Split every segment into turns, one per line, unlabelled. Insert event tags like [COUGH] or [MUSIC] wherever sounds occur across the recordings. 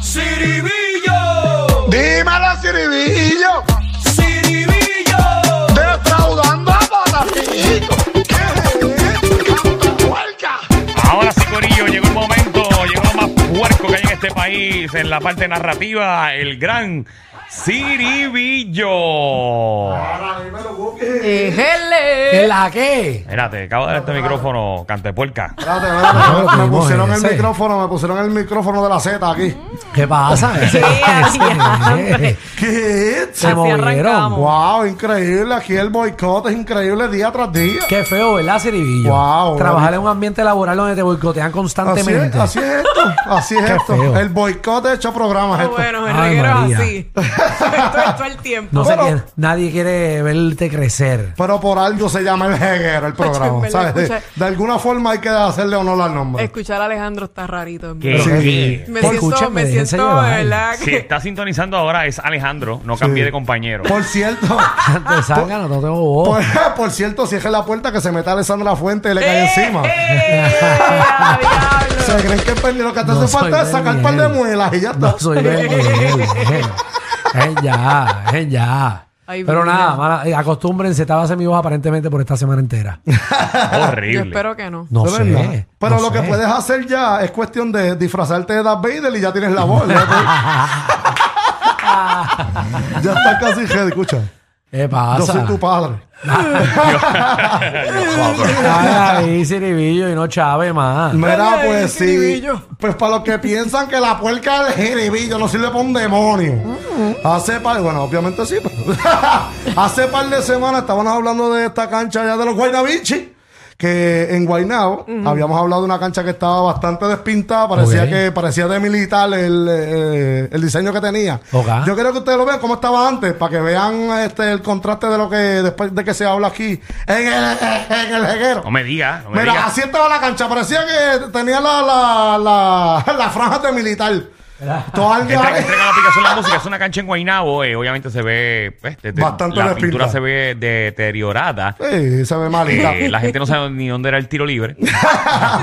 Siribillo,
Dímelo, Ciribillo.
Siribillo,
Defraudando a Patacito. ¿Qué Huelga.
Ahora sí, Corillo, llegó el momento, llegó lo más puerco que hay en este país, en la parte narrativa, el gran Ciribillo.
¿Qué la qué?
Espérate, acabo de dar este micrófono, cante puerca.
Espérate, espérate,
No,
me, me
¿cómo
pusieron
es
el
Ah, ese?
micrófono, me pusieron el micrófono de la Z aquí.
¿Qué pasa? [LAUGHS] ¿Qué pasa? ¿Qué?
¿Qué?
Se movieron.
Wow, increíble. Aquí el boicot es increíble día tras día.
Qué feo, ¿verdad, Ciribillo?
Wow,
Trabajar
wow.
en un ambiente laboral donde te boicotean
Así es,
constantemente.
así es esto, así es
Qué
esto.
feo.
El boicot de hecho programas
Ah,
esto.
bueno, el
Ay,
reguero es
María.
así. todo, todo el tiempo.
No sé
Pero-
quién. Nadie quiere verte crecer. [LAUGHS]
Pero por algo se llama el
[LAUGHS]
jeguero el programa.
verdad,
¿sabes? De,
escucha.
de alguna forma hay que hacerle honor al nombre.
Escuchar a Alejandro está rarito. en
¿Qué?
verdad.
Sí.
Me
Te
siento,
escuchan, me
me
dejen
siento,
llevar.
de verdad,
Si
[LAUGHS]
que
está sintonizando ahora es Alejandro, no cambié de
[LAUGHS]
compañero.
Por cierto,
[LAUGHS]
Ah,
Te
pues,
sacan, no tengo voz.
por, [LAUGHS] por cierto, cierre la puerta que se meta Alessandra Fuente y le cae encima.
¡Eh, a diablo!
Se creen que es pendejo, que te
No
hace
soy
falta es
de
sacar un par de
Miguel.
muelas y ya está.
No soy de Miguel. Es ya, es ya.
Ay,
Pero
Virgen.
nada, mala- eh, acostúmbrense, estaba hace mi voz aparentemente por esta semana entera.
Yo
Horrible.
espero que no.
No
De verdad.
sé.
Pero
no
lo que
sé.
puedes hacer ya es cuestión de disfrazarte de Darth Vader y ya tienes la voz.
[LAUGHS]
ya, te- ya está casi head, escucha.
¿Qué
Yo
pasa?
soy tu padre.
[LAUGHS]
Ay, ahí, Ciribillo, y no Chávez más.
Mira,
Ay,
pues
qué
sí.
jiribillo.
Pues para los que piensan que la puerca del jiribillo no sirve para un demonio. Hace par, bueno, obviamente sí. pero- [LAUGHS] hace par de semanas estábamos hablando de esta cancha allá de los Guaynabichi. Que en Guaynabo habíamos hablado de una cancha que estaba bastante despintada, parecía
Ok.
que parecía de militar el, eh, el diseño que tenía.
Ok.
Yo quiero que ustedes lo vean como estaba antes, para que vean este el contraste de lo que después de que se habla aquí en el, en el jeguero.
No me digas, no me
Mira,
digas.
así estaba la cancha. Parecía que tenía la, la, la, la franja de militar. Todo al
Entra,
garete.
entrega la aplicación la música, es una cancha en Guaynabo, eh, obviamente se ve, pues, de- de-
Bastante
la
despintada.
pintura se ve deteriorada,
Sí, se ve malita.
eh, la gente no sabe ni dónde era el tiro libre.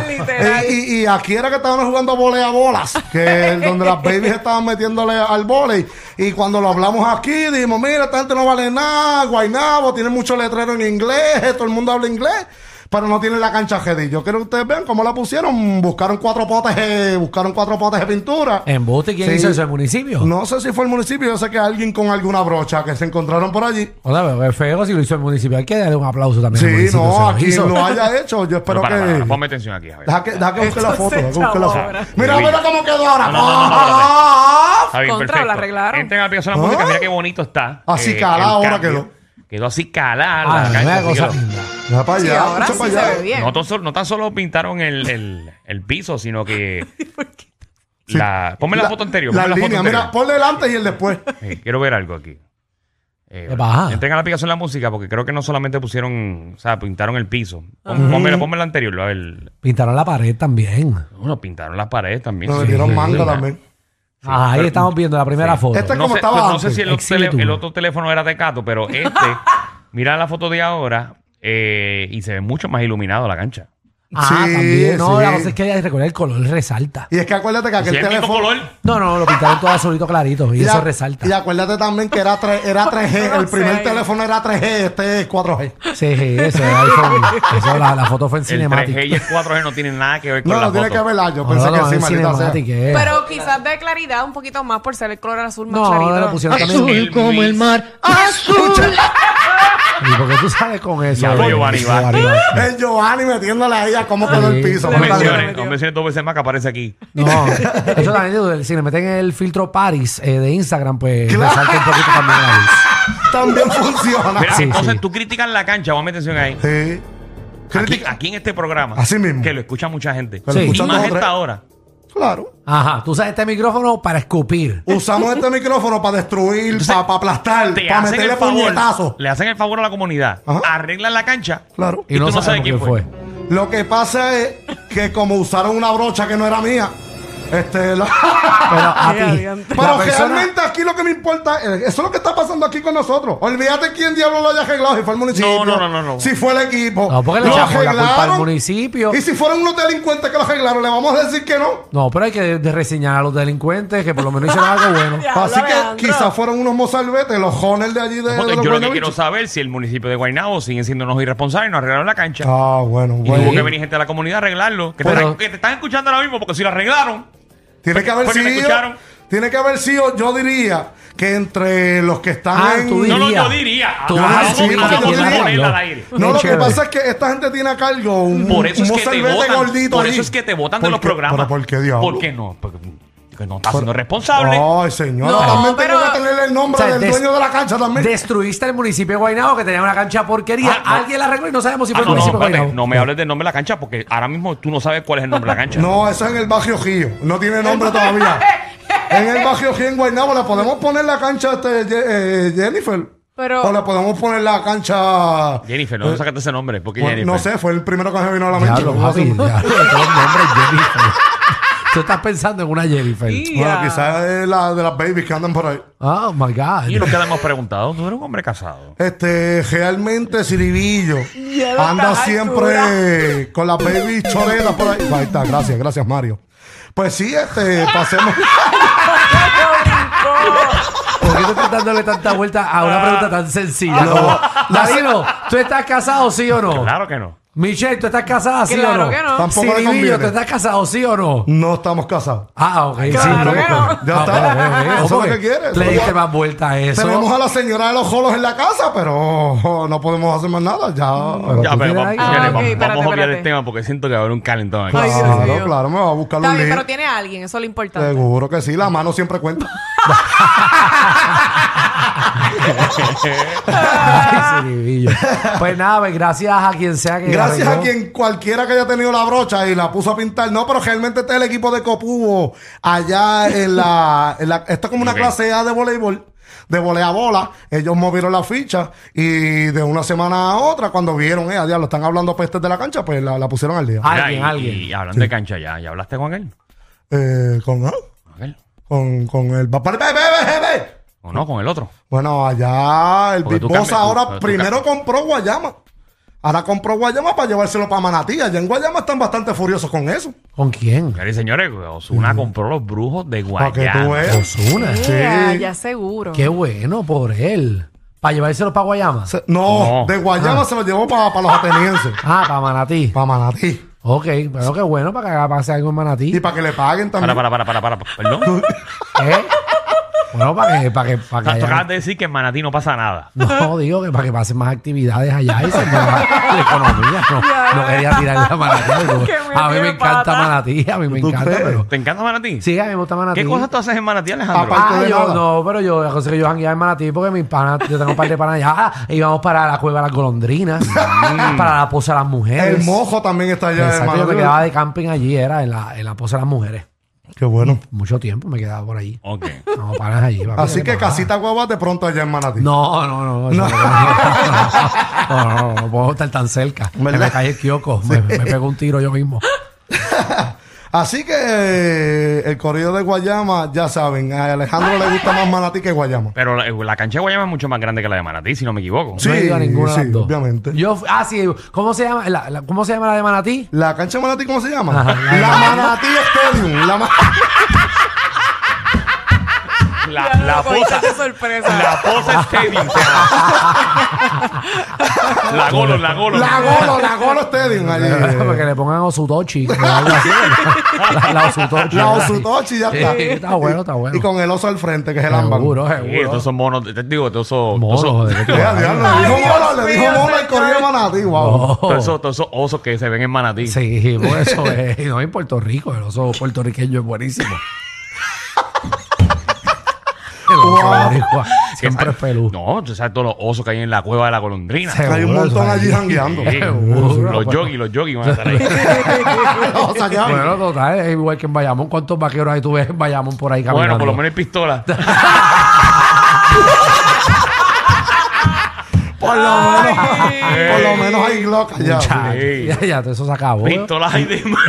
Literal.
Eh, y, y aquí era que estaban jugando volea bolas, que es donde las babies estaban metiéndole al volei. Y cuando lo hablamos aquí, dijimos, mira, esta gente no vale nada, Guaynabo, tiene mucho letrero en inglés, todo el mundo habla inglés, pero no tiene la cancha GD. Yo quiero que ustedes vean cómo la pusieron, buscaron cuatro potes, eh, buscaron cuatro potes de pintura.
¿En Bote quién
Sí.
hizo eso? ¿El municipio?
No sé si fue el municipio, yo sé que alguien con alguna brocha que se encontraron por allí.
O sea, pero es feo si lo hizo el municipio. Hay que darle un aplauso también al
Sí,
municipio. se
no,
lo
a quien
hizo.
lo haya hecho, yo
pues,
espero
Pero para, para, para,
que...
ponme atención aquí, Javier.
Deja que, deja que busque la
Esto
foto,
se
deja que busque la
echó
foto.
ahora.
Mira, mira cómo quedó ahora.
No, no, no, no, no, no.
Ah,
Está bien,
Contra,
perfecto.
la arreglaron.
Entren a la aplicación de la música, mira qué bonito está.
Así
Eh,
calada
el
ahora
cambio. Quedó así calada la
Ah,
cancha,
una
así
cosa
quedó.
linda.
Mira para
Sí,
allá,
ahora
mucho
sí
para
se
allá.
ve bien. [LAUGHS]
No tan, solo, no tan solo pintaron el, el- el piso, sino que.
¿Por qué?
La, ponme la, foto anterior.
La,
ponme la
línea,
foto
mira,
anterior.
ponle delante y el después.
Eh, quiero ver algo aquí. Eh,
¿Qué pasa?
entren a la aplicación de la música porque creo que no solamente pusieron, o sea, pintaron el piso. Pon- Ponme, la- ponme la anterior, a ver.
Pintaron la pared también.
Bueno, pintaron las paredes también.
Nos
Sí,
metieron
sí,
manga
sí.
también.
Ah, ahí
pero-
estamos viendo la primera
Sí.
foto.
Esta es
No
como
sé, pues,
estaba
no
antes.
sé si el, otro
Exhibe
tele-
tú.
el otro teléfono era de Cato, pero este, mira la foto de ahora eh, y se ve mucho más iluminado la cancha.
Ah,
Sí,
también. No,
sí.
la cosa es que recuerda el color resalta.
Y es que acuérdate que
Si
aquel
es el mismo
teléfono...
color,
No, no, lo pintaron todo azulito clarito y
y
eso
a-
resalta.
Y acuérdate también que era, tres- era 3G.
[LAUGHS] No
El
sé,
primer
ahí.
teléfono era 3G, este es 4G.
Sí, sí, eso era iPhone. Eso, la, la foto fue en
el 3G y el
Cinematic.
4G no tienen nada que ver con
No,
la
no tiene
foto.
que ver yo
No,
Pensé
no,
que
no,
sí,
en
maldita sea.
Cinematic, eh.
Pero quizás de claridad un poquito más por ser el color azul más
No,
clarito.
no, lo pusieron también.
El
Azul como el
Luis.
mar, azul.
¿Y por qué tú sabes con eso?
Diablo,
Oye,
Giovanni, va.
Giovanni,
[LAUGHS]
va.
El Giovanni metiéndole a ella cómo quedó el
Sí.
piso.
No
Le
maldita sea.
falta-
menciones, no menciones dos veces más que aparece aquí.
No, eso también, si le meten el filtro Paris eh, de Instagram, pues resalta un poquito también la luz.
También funciona.
Mira,
Sí,
entonces
sí.
tú criticas la cancha, ponme atención ahí.
Sí.
Aquí,
Critica.
aquí en este programa.
Así mismo.
Que lo escucha mucha gente.
Pero
Sí.
Y
escuchando
más
otra-
gente ahora.
Claro.
Ajá, tú usas este micrófono para escupir.
Usamos este micrófono para destruir, para aplastar,
Te
para
hacen
meterle
el favor.
puñetazos.
Le hacen el favor a la comunidad.
Ajá. Eh,
Arreglan la cancha.
Claro.
Y, no, sabes quién fue.
Lo que pasa es que como usaron una brocha que no era mía, este, la- [LAUGHS]
Pero a
Ay, adiante.
ti. la
pero
persona-
realmente aquí lo que me importa, es- eso es lo que está pasando aquí con nosotros. Olvídate quién diablo lo haya arreglado, si fue el municipio.
No, no, no, no, no.
Si fue el equipo.
No, porque le
Lo
echamos la culpa al
arreglaron.
municipio.
Y si fueron unos delincuentes que lo arreglaron, le vamos a decir que no.
No, pero hay que de- de reseñar a los delincuentes que por lo menos hicieron algo bueno.
[LAUGHS] Ya.
Así que
Alejandro.
quizás fueron unos mozalbetes, los honers de allí de, de los
Yo lo que
Guaynabichos.
quiero saber es si el municipio de Guaynabo siguen siendo unos irresponsables y no arreglaron la cancha.
Ah, bueno,
Y
bueno.
tuvo que venir gente de la comunidad a arreglarlo. Que, te
Pero-
están- que te están escuchando ahora mismo porque si lo arreglaron.
Tiene que haber
Porque me
sido.
escucharon.
Tiene que haber sido, yo diría, que entre los que están
Ah,
en.
tú
No,
dirías.
no, yo diría.
Tú
Ah,
vas a
vamos-
decir
vamos
que
a
quién
ponerla
arregló.
al aire.
No, lo que
Chévere.
pasa es que esta gente tiene a cargo un,
Por eso
un
es que te
mozalbete
votan.
gordito
Por
ahí.
eso es que te votan de
¿Por
los
qué-
programas.
¿Pero por qué diablo? Oh,
¿Por qué no? Porque, porque no estás siendo responsable. Ah,
Ay, señor,
No,
también
pero-
tengo que tener el
O
nombre
sea,
del
des-
dueño de la cancha también.
Destruiste el municipio de Guaynabo que tenía una cancha porquería.
Ah, no.
Alguien la arregló y no sabemos si
Ah,
fue
no, no,
el municipio de
espérate,
Guaynabo.
no me hables del nombre de la cancha porque ahora mismo tú no sabes cuál es el nombre de la cancha.
[LAUGHS] No, eso es en el Bajo Gío. No tiene
[LAUGHS]
nombre todavía. en el Bajo Gío, en Guaynabo, le podemos poner la cancha este, Ye- eh, Jennifer.
Pero-
O le podemos poner la cancha.
Jennifer, no sacaste ese nombre. ¿Por qué
Bueno,
Jennifer?
Eh, pues, No sé, fue el primero que me vino a la mente.
Diablo, papi, diablo, [LAUGHS] todos los nombres Jennifer. Tú estás pensando en una Jennifer.
Y-
Bueno,
Ya.
quizás es la de las babies que andan por ahí.
Oh my God.
Y lo que le hemos preguntado, tú eres un hombre casado.
Este, realmente Ciribillo
Ya no
anda
está a
siempre con las baby choretas por ahí. Ahí está, gracias, gracias Mario. Pues sí, este, pasemos.
¿Por qué tú estás dándole tanta vuelta a una pregunta tan sencilla? como, Danilo, ¿tú estás casado sí o no?
Claro que no.
Michelle, ¿tú estás casada sí
Claro
o no?
que no.
Tampoco le
Ciribillo,
conviene.
¿tú estás casado sí o no?
No estamos casados.
Ah, ok.
Claro
sí, Ah,
que no.
Ya está. Eso es lo
porque
que quieres.
Le diste más vuelta a eso.
Tenemos a la señora de los jolos en la casa, pero [LAUGHS] no podemos hacer más nada. Ya.
Ya,
tú
pero
tienes
vamos,
ahí-
señores,
Ah, ok,
vamos-
espérate,
vamos a obviar el
espérate.
tema porque siento que va a haber un calentón aquí.
Ay, Dios
Claro,
mío.
claro, me va a buscar
Está
un
bien, pero
lío.
tiene a alguien, eso es lo importante.
Seguro que sí, la mano siempre cuenta.
Ay, Ciribillo. Ah, Pues nada, pues, gracias a quien sea que.
Gracias a
arregló.
quien cualquiera que haya tenido la brocha y la puso a pintar. No, pero realmente está el equipo de Copubo allá en la. en la- esto es como una
Ok.
clase A de voleibol, de bola. Ellos movieron la ficha y de una semana a otra, cuando vieron, eh, a diablo, están hablando pestes de la cancha, pues la, la pusieron al día.
Ah.
Mira,
Alguien,
y-
alguien.
Y hablando de cancha ya, ¿ya hablaste con él?
Eh, con, ah,
¿Con él?
con, con el. papá- ¡Ve, ve, ve, ve, ve!
¿O no? ¿Con el otro?
Bueno, allá el
Porque
Big
tú
Boss
cambias- tú-
ahora
tú
primero
cambias.
compró Guayama. Ahora compró Guayama para llevárselo para Manatí. Allá en Guayama están bastante furiosos con eso.
¿Con quién?
Señores y señores, Osuna compró los brujos de
Para que tú
Guayana.
veas.
Osuna.
Ya, ya seguro.
Qué bueno por él. Para llevárselo para Guayama.
Se- no,
No. Ah.
de Guayama se lo llevó para
[LAUGHS]
los atenienses,
Ah, para Manatí.
para Manatí.
Ok, pero qué bueno para que haga- pase algo en Manatí.
Y para que le paguen
Para,
también.
para, para, para, para. Perdón.
¿Eh? Bueno, para que, para que,
O
para
sea,
que
tú
haya-
acabas de decir que en Manatí no pasa nada.
No, digo que para que pasen más actividades allá y
[LAUGHS]
se mueva la economía. No, no quería tirar la
[LAUGHS]
Manatí.
Qué
porque A mí me
metió
encanta
pata.
Manatí, a mí me
¿Tú
encanta,
crees?
pero...
¿Te encanta Manatí?
Sí, a mí me gusta Manatí.
¿Qué cosas tú haces en Manatí, Alejandro?
Aparte-
Ah,
de
yo
nada?
no, pero yo, la cosa es que yo jangueaba en Manatí porque mis panas, yo tengo un par de panas allá Ah, íbamos para la cueva de las golondrinas, para la posa de las mujeres.
El mojo también está allá de
Exacto, yo me
Manatí.
quedaba de camping allí, era en la, en la posa de las mujeres.
Qué bueno.
Mucho tiempo me quedaba por allí.
Ok.
No, panas allí. papi,
Así que
no,
casita guava de pronto allá en Manatí.
No, no, no. eso No, [LAUGHS] no, no, no, no, no puedo estar tan cerca. Que
¿Verdad?
me cae el kiosco. Me, me pego un tiro yo mismo.
Así que eh, el corrido de Guayama, ya saben, a Alejandro le gusta más Manatí que Guayama.
Pero la, la cancha de Guayama es mucho más grande que la de Manatí, si no me equivoco.
Sí,
no he ido a ninguna de
sí,
las dos.
obviamente.
Yo, fu- ah, sí. ¿Cómo se llama la, la- ¿cómo se llama la de Manatí?
¿La cancha de Manatí cómo se llama?
Ajá, la-
la Manatí Stadium.
[LAUGHS]
La ma-
La,
Ya no
la
lo cogiste
posa.
de sorpresa.
La posa Stadium. se llama. la golo, la golo.
La Golo, la Golo Stadium.
[LAUGHS]
allí.
Porque le pongan Osutochi. o algo
[LAUGHS]
así. La, la Osutochi.
La Osutochi ya
Sí,
está.
está bueno, está bueno.
Y con el oso al frente, que es el ámbar.
Seguro,
Sí,
seguro.
estos son monos, te digo, estos son,
Mono,
todos esos-
joder,
[LAUGHS]
qué
Le
guay.
dijo
Ay, Dios
mono, le dijo
mío,
mono al corrido de
señor.
Manatí. Wow.
todos esos- todos esos osos que se ven en Manatí.
Sí, por eso es. No, en Puerto Rico, el oso
[LAUGHS]
puertorriqueño es buenísimo. El oso boricua. Siempre
esa-
es pelú.
No, tú sabes todos los osos que hay en la cueva de la golondrina.
Se-
Hay un
Seguro,
montón
eso
allí
ahí. [LAUGHS]
jangueando. [LAUGHS]
Sí,
Seguro,
los
pues.
yogis, los yogis van a
[LAUGHS]
estar ahí.
O sea, que-
Bueno, total, es igual que en Bayamón. ¿Cuántos vaqueros hay tú ves en Bayamón por ahí caminando?
bueno, por lo menos hay
[LAUGHS]
pistola.
por lo menos, por lo
Ey.
menos hay Glock allá.
Ya,
Sí.
[LAUGHS] ya, ya, eso se acabó.
Pistolas hay de
[LAUGHS]
más.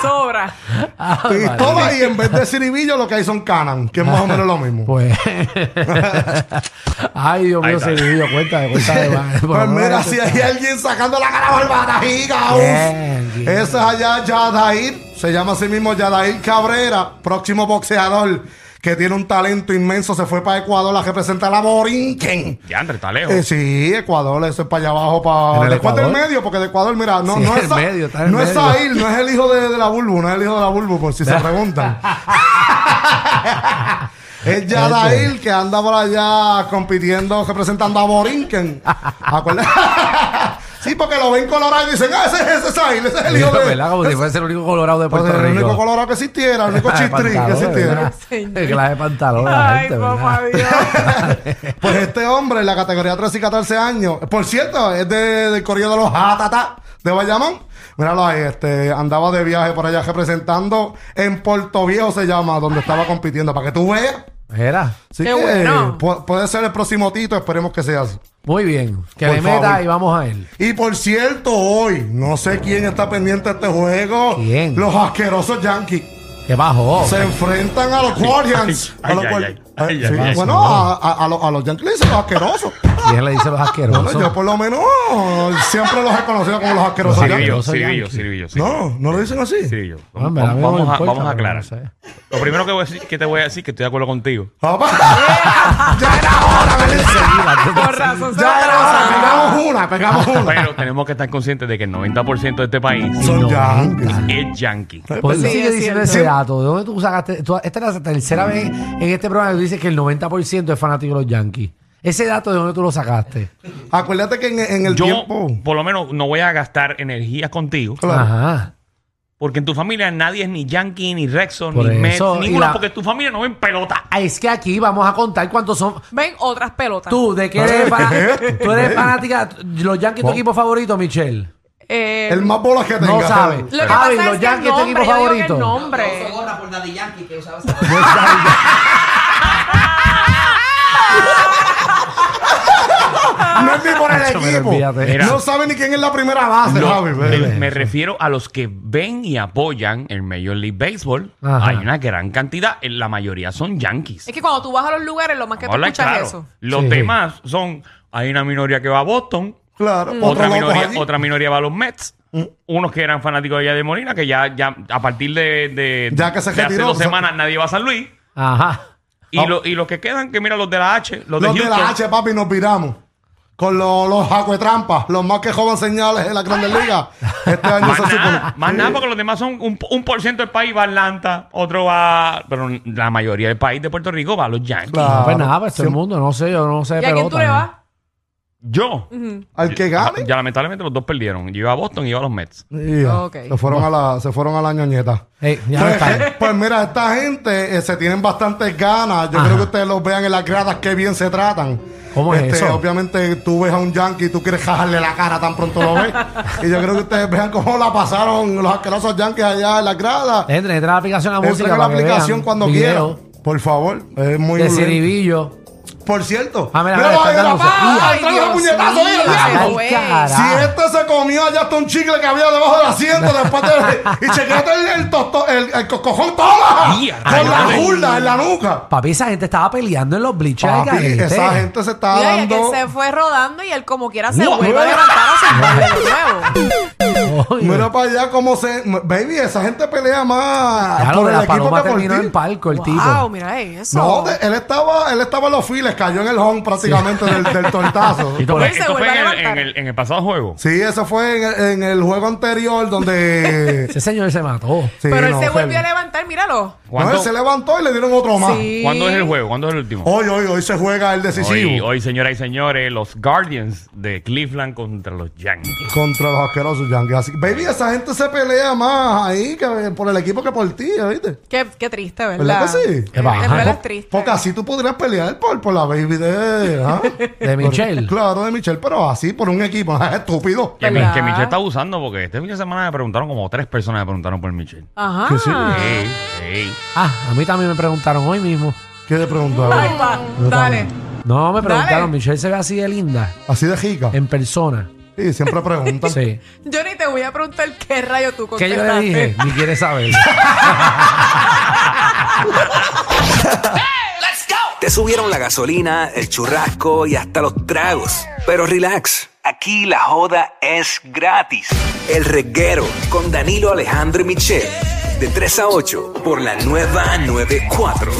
Sobra.
Ah,
Y
vale.
toma, y en vez de ciribillo lo que hay son canan, que es más o menos lo mismo.
Pues. [LAUGHS] Ay, Dios
Ahí
mío,
está.
ese video, cuéntame,
[LAUGHS]
cuéntame. va. [LAUGHS] Por lo
Pues
menos
mira,
eso
si
está.
hay alguien sacando la cara barbata, giga,
Bien, bien.
Ese es allá Yadair, se llama así mismo Yadair Cabrera, próximo boxeador que tiene un talento inmenso, se fue para Ecuador a representar a la Borinquen.
Ya, André, está lejos.
Eh, sí, Ecuador, eso es para allá abajo, para
¿En el
después del
Ecuador?
medio, porque de Ecuador, mira, no,
Sí,
no
en
es
[LAUGHS] el
Sa-
medio, está en el
no es
medio.
Zahir, no es el hijo de, de la Bulbu, no es el hijo de la Bulbu, por si
[LAUGHS]
se preguntan. es Yadair que anda por allá compitiendo, representando a Borinquen. Acuérdate. [LAUGHS] sí, porque lo ven colorado y dicen, ah, ese, ese es Zahir, ese es el hijo de.
¿Verdad? Como si fuese el único colorado de
Pues
Puerto
el
Rico.
único colorado que existiera, el
[LAUGHS]
único
Ah, de
chistrín que
pantalones,
existiera.
[LAUGHS]
¿verdad?
Señor.
Clase de pantalón, la
Ay,
gente, ¿verdad?
papá Dios.
[LAUGHS] Pues este hombre en la categoría 13 y 14 años, por cierto, es de, del corrido de los Hatata de Bayamón. Míralo ahí, este, andaba de viaje por allá representando en Puerto Viejo se llama, donde estaba compitiendo, para que tú veas.
Era.
Así
Qué
que
bueno.
pu- puede ser el próximo Tito, esperemos que sea así.
Muy bien. Que
Por
le meta
favor.
y vamos a él.
Y por cierto, hoy, no sé quién está pendiente de este juego.
¿Quién?
Los asquerosos Yankees.
Que bajó.
Se enfrentan a los Guardians.
ay,
a los
ay,
Guar-
ay, ay,
Eh,
ay,
sí,
ay,
Bueno,
no.
a, a- a los, a los Yankees le dicen los asquerosos.
¿Quién le dice los
Bueno,
asquerosos?
yo por lo menos siempre los he conocido como los asquerosos.
Los
Sirvillo,
Yo soy
sirvillo,
Yankee.
sirvillo. sí.
no, no lo dicen así.
Sirvillo.
Ah, en
Vamos,
verdad, a mí no me
vamos a,
importa,
vamos a
pero
aclarar.
no sé.
Lo primero que, voy a decir- que te voy a decir que estoy de acuerdo contigo.
Papá, ya era hora, Melissa.
Por razón se
Ya era hora.
atrasa.
Pegamos una, pegamos una.
Pero tenemos que estar conscientes de que el 90% de este país
Son yankees.
es yankee.
¿Por qué
Pues Sí,
Pues sigue
es
diciendo ese
cierto.
dato? ¿De dónde tú sacaste? tú- esta es la tercera vez en este programa que tú dices que el 90% es fanático de los Yankees. ¿Ese dato de dónde tú lo sacaste?
Acuérdate que en, en el
Yo,
tiempo.
por lo menos, no voy a gastar energías contigo.
Claro.
Ajá.
Porque en tu familia nadie es ni yankee, ni Rexon,
Por
ni Mets,
eso, y
ninguna.
la-
Porque en tu familia no ven pelota.
Ah, Es que aquí vamos a contar cuántos son.
Ven otras pelotas.
Tú, ¿de qué eres fanática? ¿Tú eres fanática? ¿Los Yankees tu equipo favorito, Michelle?
Eh,
El más bolas que tenga.
No sabes.
Lo que
Javi,
pasa
los
es que el
Yankees tu
nombre,
equipo
yo digo que el
favorito.
nombre.
gorra por Daddy Yankee que usaba
No es ni por el
Chacho, pero
equipo.
olvídate.
Mira.
No sabe ni quién es la primera base,
No,
Javi.
me,
bebé.
me refiero a los que ven y apoyan el Major League Baseball.
Ajá.
Hay una gran cantidad. eh, La mayoría son yankees.
Es que cuando tú vas a los lugares, lo más que tú
Habla
escuchas
claro.
es eso.
Los
Sí.
demás son, hay una minoría que va a Boston,
Claro, otro
otra
loco
minoría,
allí.
otra minoría va a los Mets,
Mm.
unos que eran fanáticos de allá de Molina, que ya, ya a partir de, de-
Ya que se
de hace
retiró,
dos
se-
semanas nadie va a San Luis.
Ajá.
Y, lo- y los que quedan, que mira, los de la H, los,
Los
de
de
Houston.
la H, papi, nos viramos. Con los, los acuetrampas, los más que joven señales en la Grandes Ligas. Este año
Más
se
nada,
supone.
más nada, porque los demás son un, un por ciento del país va a Atlanta, otro va. Pero la mayoría del país de Puerto Rico va a los Yankees.
Claro.
No, pues nada, pues todo el
Siempre-
mundo, no sé, yo no sé de
¿Y a quién tú
pelota.
le
¿no?
vas?
Yo,
Al que gane.
ya lamentablemente los dos perdieron. Yo iba a Boston y iba a los Mets.
Pues,
Ya,
Ok.
se, fueron a la, se fueron a la ñoñeta.
Ey, ya no
Pues,
está.
eh, pues mira, esta gente eh, se tienen bastantes ganas. Yo
Ajá.
creo que ustedes los vean en las gradas que bien se tratan. Este,
¿Cómo es eso?
Obviamente tú ves a un yankee y tú quieres jajarle la cara tan pronto lo
[LAUGHS]
ves. y yo creo que ustedes vean cómo la pasaron los asquerosos yankees allá en las gradas.
Entren, entren a la aplicación a la música.
Entren a la
para que
aplicación
vean
cuando
video
quieran. Por favor, es muy
De
violento.
Ciribillo.
Por cierto,
Ah, mira,
mira,
mira,
ahí, mira,
está dándose.
pa,
Ay,
ahí trae los
Dios
puñetazos,
mío,
mira,
Ay,
diablo.
güey.
Si este se comió allá hasta un chicle que había debajo del asiento después de, y chequeate el, el, tosto- el, el cocojón toma
Ya,
con la
ay,
julda en la nuca.
Papi, esa gente estaba peleando en los bleachers
Papi,
del garete.
esa gente se está
Mira, y
dando.
aquel se fue rodando y él como quiera se
Wow.
vuelve a levantar a sentarle de nuevo.
Oye,
Mira para allá cómo se. Baby, esa gente pelea más
ya lo
Ah, por
de
el
la
equipo
paloma
que por
terminó en
ti.
palco el
Wow,
tipo.
mira eso.
No, de- él estaba, él estaba en los files, cayó en el home prácticamente del, del tortazo.
[LAUGHS]
Esto
Por
fue,
ahí se
esto fue
vuelve
en,
a
el, en,
levantar.
el, en el pasado juego.
Sí, eso fue en el, en el juego anterior
[LAUGHS]
donde.
Ese señor se mató.
Sí,
Pero él
no,
se
fue-
volvió a levantar, míralo.
No, él
¿Cuándo,
se levantó y le dieron otro más.
Sí.
cuándo es el juego? ¿Cuándo es el último?
Hoy, hoy, hoy se juega el decisivo.
Hoy, hoy, señoras y señores, los Guardians de Cleveland contra los Yankees.
Contra los asquerosos Yankees. Así- Baby, esa gente se pelea más ahí que por el equipo que por ti, ¿viste?
Qué, qué triste, ¿verdad?
¿Verdad que sí?
Qué baja.
En verdad es
Po-
triste.
Porque así tú podrías pelear por, por la baby de...
[LAUGHS]
¿ah? [LAUGHS]
De Michelle.
Claro, de Michelle, pero así por un equipo. [LAUGHS] Estúpido.
Que, mi-
¿Verdad?
que Michelle está abusando porque este fin de semana me preguntaron como tres personas me preguntaron por Michelle.
Ajá.
Que sí.
Ey, ey.
Ah, a mí también me preguntaron hoy mismo.
¿Qué te pregunto?
Ay, pa, dale.
No, me preguntaron,
Dale.
Michelle se ve así de linda,
Así de jica.
Em-
en persona.
Sí, siempre
[LAUGHS]
preguntan.
Sí.
Yo ni te voy a preguntar qué rayo tú
¿Qué
contestaste.
yo le dije? Ni quiere
[LAUGHS]
saber.
Te subieron la gasolina, el churrasco y hasta los tragos. Pero relax, aquí la joda es gratis. El reguero con Danilo Alejandro y Michel. De 3 a 8 por la nueva 94.